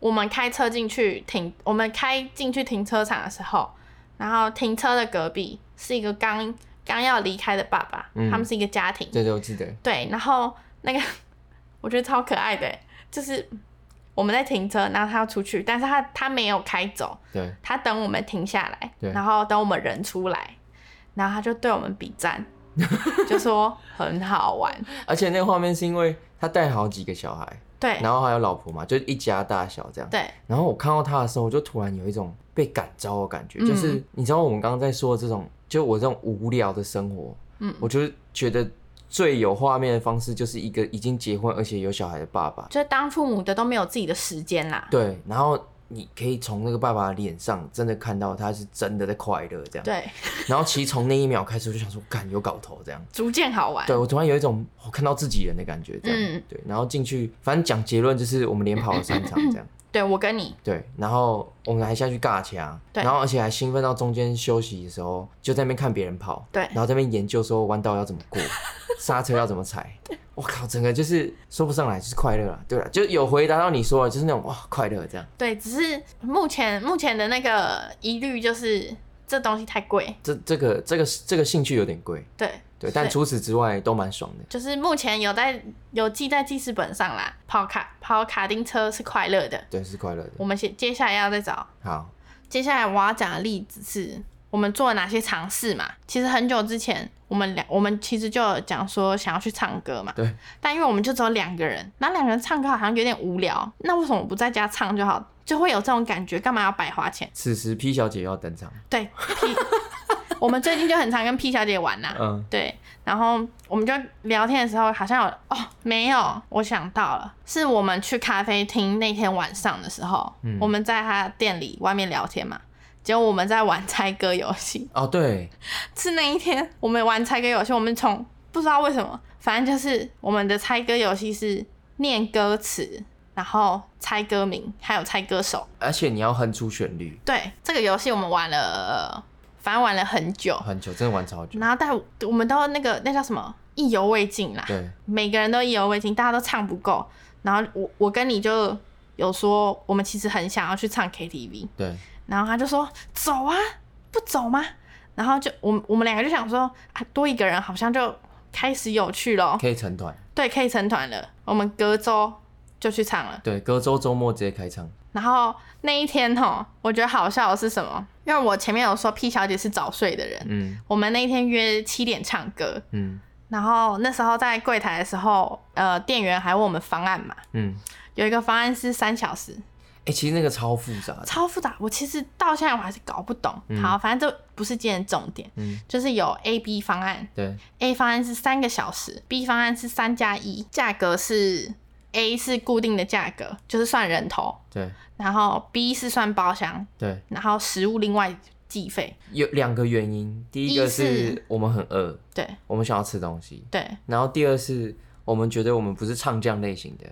我们开车进去停，我们开进去停车场的时候，然后停车的隔壁是一个刚刚要离开的爸爸，
嗯
他们是一个家庭，
对对，我记得，
对，然后那个我觉得超可爱的，欸就是我们在停车，然后他要出去，但是他他没有开走，
对，
他等我们停下来，
对
然后等我们人出来，然后他就对我们比赞，
*laughs*
就说很好玩，
而且那个画面是因为他带好几个小孩，
对
然后还有老婆嘛，就一家大小这样。
对，
然后我看到他的时候，我就突然有一种被感召的感觉，
嗯
就是你知道我们刚刚在说的这种，就我这种无聊的生活，
嗯
我就觉得最有画面的方式就是一个已经结婚而且有小孩的爸爸，
就是当父母的都没有自己的时间啦，
对，然后你可以从那个爸爸的脸上真的看到他是真的在快乐这样，
对，
然后其实从那一秒开始，我就想说，干有搞头这样。
逐渐好玩，
对我突然有一种我看到自己人的感觉，这样、
嗯
对，然后进去，反正讲结论就是我们连跑了三场这样，
对我跟你，
对，然后我们还下去尬掐，
对
然后而且还兴奋到中间休息的时候就在那边看别人跑，
对
然后在那边研究说弯道要怎么
*laughs*
过，刹车要怎么踩，我靠，整个就是说不上来，就是快乐啊，对了，就有回答到你说的，就是那种哇快乐这样，
对，只是目前目前的那个疑虑就是这东西太贵，
这这个这个这个兴趣有点贵，
对
对，但
是
除此之外都蛮爽的，
就是目前有在有记在记事本上啦，跑卡跑卡丁车是快乐的。
对，是快乐的，
我们接接下来要再找，
好，
接下来我要讲的例子是我们做了哪些尝试嘛？其实很久之前，我们两我们其实就有讲说想要去唱歌嘛，
对，
但因为我们就只有两个人，那两个人唱歌好像有点无聊，那为什么不在家唱就好？就会有这种感觉，干嘛要白花钱？
此时 P 小姐又要登场，
对，P，我们最近就很常跟 P 小姐玩呐、
嗯，
对，然后我们就聊天的时候，好像有哦，没有，我想到了，是我们去咖啡厅那天晚上的时候，
嗯
我们在他店里外面聊天嘛，结果我们在玩猜歌游戏， *laughs*
哦对，
是那一天我们玩猜歌游戏，我们从不知道为什么，反正就是我们的猜歌游戏是念歌词，然后猜歌名，还有猜歌手。
而且你要哼出旋律，
对，这个游戏我们玩了，反正玩了很久，
哦很久，真的玩超久，
然后但我们都那个那叫什么意犹未尽啦，
对，
每个人都意犹未尽，大家都唱不够。然后我我跟你就有说，我们其实很想要去唱 KTV，
对，
然后他就说走啊，不走吗？然后就我们我们两个就想说啊，多一个人好像就开始有趣咯。
可以成团，
对，可以成团了。我们隔周就去唱了。
对，隔周周末直接开唱，
然后那一天吼，我觉得好笑的是什么？因为我前面有说 P 小姐是早睡的人，
嗯
我们那一天约七点唱歌，
嗯
然后那时候在柜台的时候，呃，店员还问我们方案嘛，
嗯，
有一个方案是三小时，
哎、其实那个超复杂的，
超复杂，我其实到现在我还是搞不懂。
嗯
好，反正这不是今天重点，
嗯，
就是有 A、B 方案
对，
，A 方案是三个小时，B 方案是三加一，价格是 A 是固定的价格，就是算人头，
对
然后 B 是算包厢，
对，
然后食物另外计费。
有两个原因，第一个
一
是
是
我们很饿，
对
我们想要吃东西，
对
然后第二是我们觉得我们不是唱将类型的，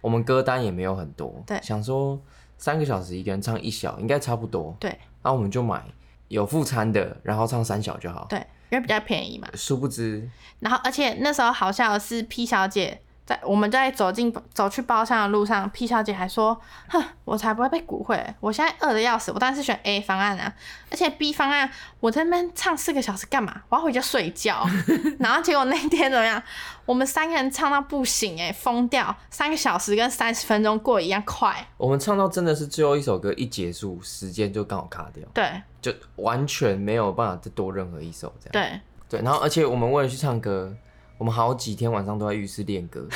我们歌单也没有很多，
对
想说三个小时一个人唱一小应该差不多，
对
然后我们就买有副餐的，然后唱三小就好，
对，因为比较便宜嘛。
殊不知，
然后，而且那时候好笑的是，P 小姐在我们在走进走去包厢的路上，P 小姐还说：“哼，我才不会被蛊惑，我现在饿的要死，我当然是选 A 方案啊。而且 B 方案，我在那边唱四个小时干嘛？我要回家睡觉。”
*laughs*
然后结果那天怎么样？我们三个人唱到不行、哎，疯掉！三个小时跟三十分钟过一样快，
我们唱到真的是最后一首歌一结束，时间就刚好卡掉。
对
就完全没有办法再多任何一首这样。
对，
对然后而且我们为了去唱歌，我们好几天晚上都在浴室练歌， *laughs*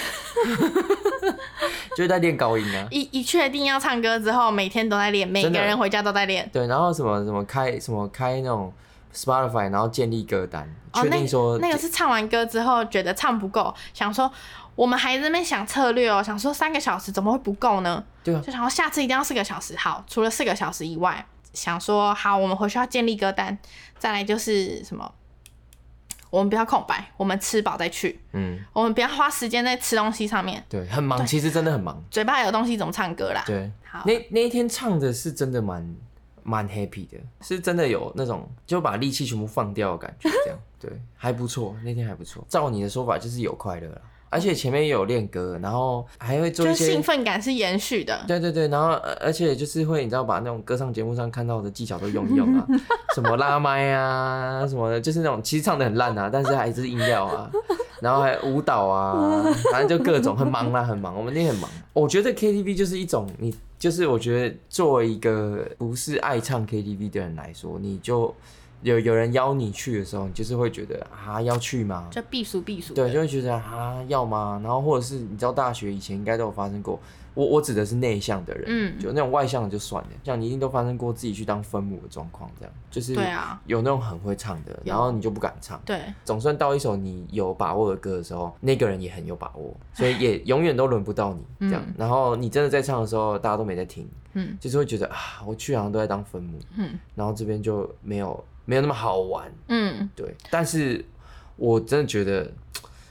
就是在练高音啊。
一一确定要唱歌之后，每天都在练，每
真的
个人回家都在练。
对，然后什么什么开什么开那种 Spotify，然后建立歌单，
哦
确、，
那
定说、
那个是唱完歌之后觉得唱不够，想说我们还在那边想策略哦，想说三个小时怎么会不够呢？
对啊，
就想说下次一定要四个小时。好，除了四个小时以外，想说好，我们回去要建立歌单，再来就是什么，我们不要空白，我们吃饱再去，
嗯，
我们不要花时间在吃东西上面，
对，很忙，其实真的很忙。
嘴巴有东西怎么唱歌啦？
对，
好，
那那一天唱的是真的蛮蛮 happy 的，是真的有那种就把力气全部放掉的感觉，这样对，还不错，那天还不错。照你的说法就是有快乐了，而且前面也有练歌，然后还会做
就
一
是
些
兴奋感是延续的。
对对对，然后呃而且就是会，你知道把那种歌唱节目上看到的技巧都用一用啊，什么拉麦啊，什么的，就是那种其实唱的很烂啊，但是还是音调啊，然后还有舞蹈啊，反正就各种很忙啦，很忙，我们那天很忙。我觉得 KTV 就是一种你。就是我觉得作为一个不是爱唱 KTV 的人来说，你就有有人邀你去的时候，你就是会觉得啊要去吗？
就避暑避暑。
对，就会觉得啊，要吗？然后或者是你知道，大学以前应该都有发生过。我我指的是内向的人，
嗯
就那种外向的就算了，像你一定都发生过自己去当分母的状况，这样就是
对啊
有那种很会唱的，然后你就不敢唱。
对，
总算到一首你有把握的歌的时候，那个人也很有把握，所以
*laughs*
也永远都轮不到你这样。
嗯
然后你真的在唱的时候，大家都没在听，
嗯
就是会觉得啊，我去好像都在当分母，
嗯
然后这边就没有没有那么好玩。
嗯，
对，但是我真的觉得，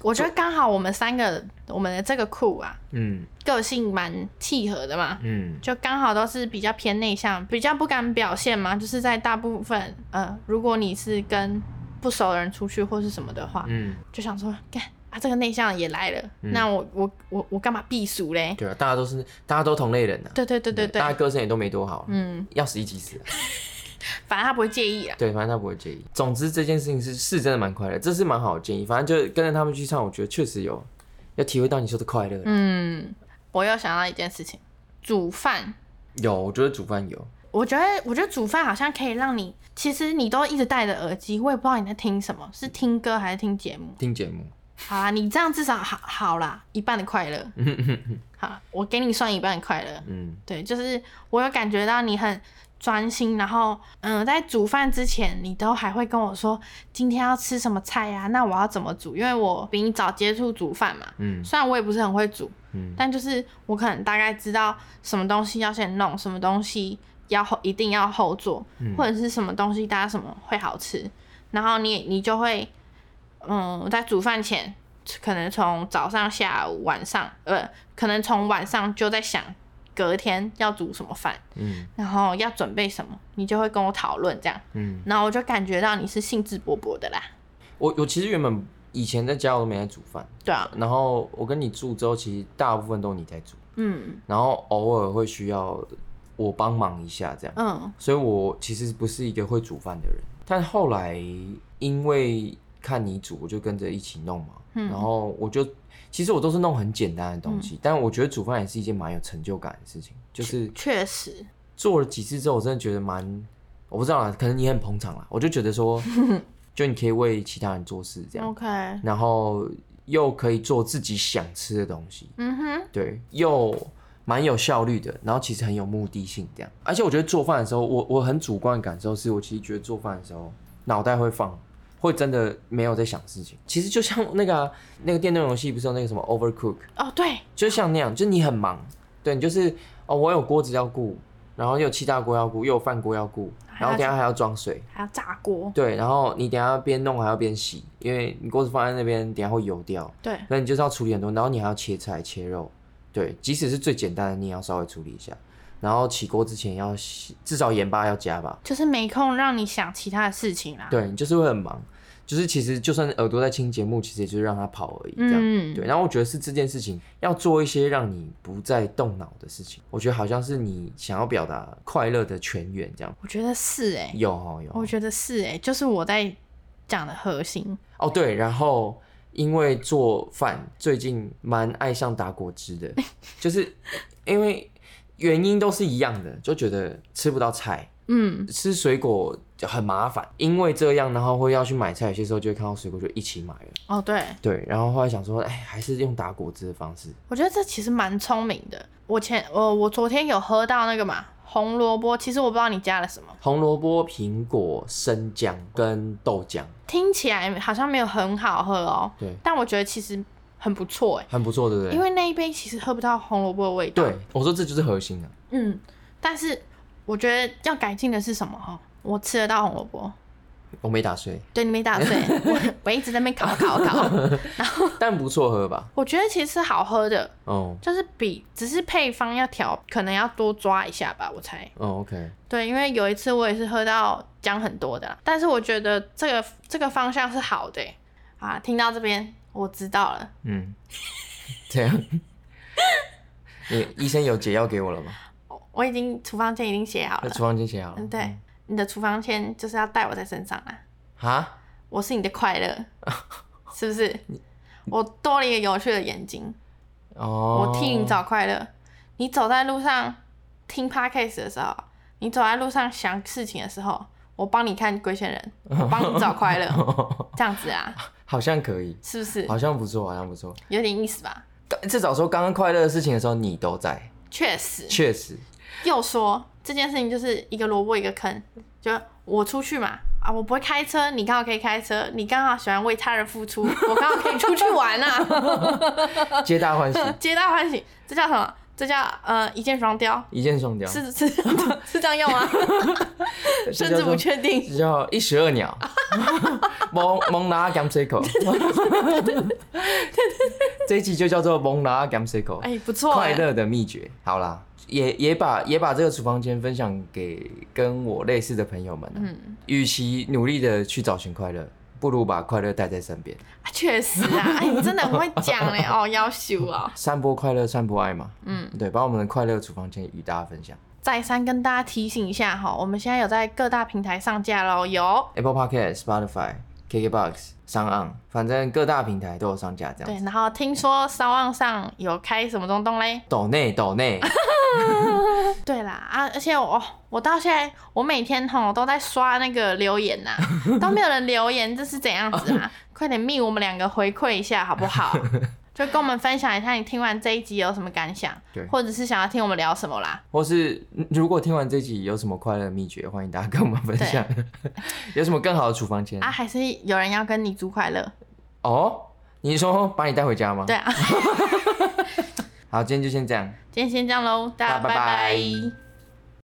我觉得刚好我们三个，我们的这个库啊，
嗯
个性蛮契合的嘛，
嗯，
就刚好都是比较偏内向，比较不敢表现嘛，就是在大部分呃，如果你是跟不熟的人出去或是什么的话，
嗯，
就想说，干啊，这个内向也来了，
嗯
那我我我我干嘛避暑嘞？
对啊，大家都是大家都同类人呐、啊。
对对对对对
大，家歌声也都没多好，
嗯，
要死一起死啊、
反正他不会介意啊。
对，反正他不会介意。总之这件事情是是真的蛮快乐，这是蛮好的建议。反正就跟着他们去唱，我觉得确实有要体会到你说的快乐。
嗯，我又想到一件事情，煮饭。
有，我觉得煮饭有，
我觉得，我觉得煮饭好像可以让你，其实你都一直戴着耳机，我也不知道你在听什么，是听歌还是听节目。
听节目，
好啦，你这样至少好好啦，一半的快乐。好，我给你算一半的快乐。
嗯
对，就是我有感觉到你很专心，然后嗯，在煮饭之前，你都还会跟我说今天要吃什么菜呀、那我要怎么煮？因为我比你早接触煮饭嘛，
嗯
虽然我也不是很会煮，
嗯
但就是我可能大概知道什么东西要先弄，什么东西要后一定要后做，
嗯
或者是什么东西搭什么会好吃，然后你你就会，嗯，在煮饭前，可能从早上、下午、晚上，呃，可能从晚上就在想隔天要煮什么饭，
嗯
然后要准备什么，你就会跟我讨论这样，
嗯。
然后我就感觉到你是兴致勃勃的啦，
我我其实原本以前在家我都没在煮饭，
对啊，
然后我跟你住之后，其实大部分都你在煮，
嗯
然后偶尔会需要我帮忙一下这样。
嗯
所以我其实不是一个会煮饭的人。但后来因为看你煮，我就跟着一起弄嘛。
嗯
然后我就其实我都是弄很简单的东西，但我觉得煮饭也是一件蛮有成就感的事情。就是
确实，
做了几次之后，我真的觉得蛮，我不知道啦，可能你很捧场啦，我就觉得
*laughs*
说，就你可以为其他人做事这样，
OK，
然后又可以做自己想吃的东西。
嗯哼，
对，又蛮有效率的，然后其实很有目的性这样。而且我觉得做饭的时候，我我很主观的感受是我其实觉得做饭的时候脑袋会放，会真的没有在想事情。其实就像那个啊、那个电动游戏不是有那个什么 Overcook，
哦对，
就像那样，就你很忙，对你就是哦，我有锅子要顾，然后又有气炸锅要顾，又有饭锅要顾，然后等一下还要装水。
还要炸锅，
对，然后你等一下边弄还要边洗，因为你锅子放在那边，等一下会油掉。
对，
那你就是要处理很多，然后你还要切菜、切肉，对，即使是最简单的，你也要稍微处理一下。然后起锅之前要洗至少盐巴要加吧，
就是没空让你想其他的事情啦。，
对，你就是会很忙，就是其实就算耳朵在听节目，其实也就是让它跑而已，这样。
嗯，
对，然后我觉得是这件事情要做一些让你不再动脑的事情，我觉得好像是你想要表达快乐的泉源这样。
我觉得是哎、
有哦有哦
我觉得是哎、就是我在讲的核心。
哦对，然后因为做饭最近蛮爱上打果汁的，就是因为原因都是一样的，就觉得吃不到菜，
嗯，
吃水果就很麻烦，因为这样，然后会要去买菜，有些时候就会看到水果就一起买了，
哦，对，
对，然后后来想说，哎，还是用打果汁的方式，
我觉得这其实蛮聪明的。我前呃我我昨天有喝到那个嘛红萝卜，其实我不知道你加了什么，
红萝卜、苹果、生姜跟豆浆，
听起来好像没有很好喝哦，
对，
但我觉得其实很不错哎、
很不错，对不对？
因为那一杯其实喝不到红萝卜的味道。
对，我说这就是核心啊，
嗯，但是我觉得要改进的是什么哈？我吃得到红萝卜，
我没打碎，
对你没打碎，我我一直在那边烤烤烤。
但不错喝吧？
我觉得其实是好喝的，
哦
就是比只是配方要调，可能要多抓一下吧，我猜。
哦，OK，
对，因为有一次我也是喝到姜很多的啦，但是我觉得这个这个方向是好的欸、啊。听到这边，我我知道了，
嗯， *laughs* 这样，你医生有解药给我了吗？
我我已经处方签已经写好
那
了
处。方已经写好了。
嗯，对，你的处方签就是要带我在身上啊！
啊，
我是你的快乐，是不是？我多了一个有趣的眼睛，
哦，
我替你找快乐。你走在路上听 podcast 的时候，你走在路上想事情的时候，我帮你看龟仙人，我帮你找
*laughs*
快乐，
找，
这样子啊，
*laughs* 好像可以，
是不是
好像不错，好像不错。
有点意思吧？
但至少说刚刚快乐的事情的时候，你都在，
确实，
确实，
又说这件事情就是一个萝卜一个坑，就我出去嘛。啊，我不会开车，你刚好可以开车，你刚好喜欢为他人付出，我刚好可以出去玩啊。
*laughs* 皆大欢喜，
皆大欢喜，这叫什么？这叫呃一箭双雕，
一箭双雕，
*laughs* 是是是这样
*laughs*
用吗？
这
甚
叫
至
做
不确定。
这叫一石二
*laughs*
鸟，蒙蒙拿 gam c i c l 这一集就叫做蒙拿 gam c i c l
哎、不错、
快
哎，
乐的秘诀。好啦，也也把也把这个处方间分享给跟我类似的朋友们、嗯，与其努力的去找寻快乐，不如把快乐带在身边，
啊确实 *laughs* 啊，哎、你真的很会讲嘞、哦，要修哦。
散播快乐，散播爱嘛。嗯，对，把我们的快乐处方间与大家分享。
再三跟大家提醒一下哈，我们现在有在各大平台上架喽，有
Apple Podcast、Spotify、KKBox、上岸，反正各大平台都有上架这样
对，
子。
然后听说骚浪上有开什么东东嘞？
抖内抖内， *laughs*
对啦啊，而且我、哦我到现在我每天吼都在刷那个留言 *laughs* 呐、都没有人留言，这是怎样子啊？快点密我们两个回馈一下好不 *laughs* 好？就跟我们分享一下你听完这一集有什么感想
对，
或者是想要听我们聊什么啦？
或是嗯如果听完这集有什么快乐的秘诀，欢迎大家跟我们分享。 *laughs* 有什么更好的处方间
啊，还是有人要跟你祝快乐？
哦，你说把你带回家吗？
*laughs* 对啊，
好，今天就先这样。
今天先这样喽，大家
大家拜
拜
拜
拜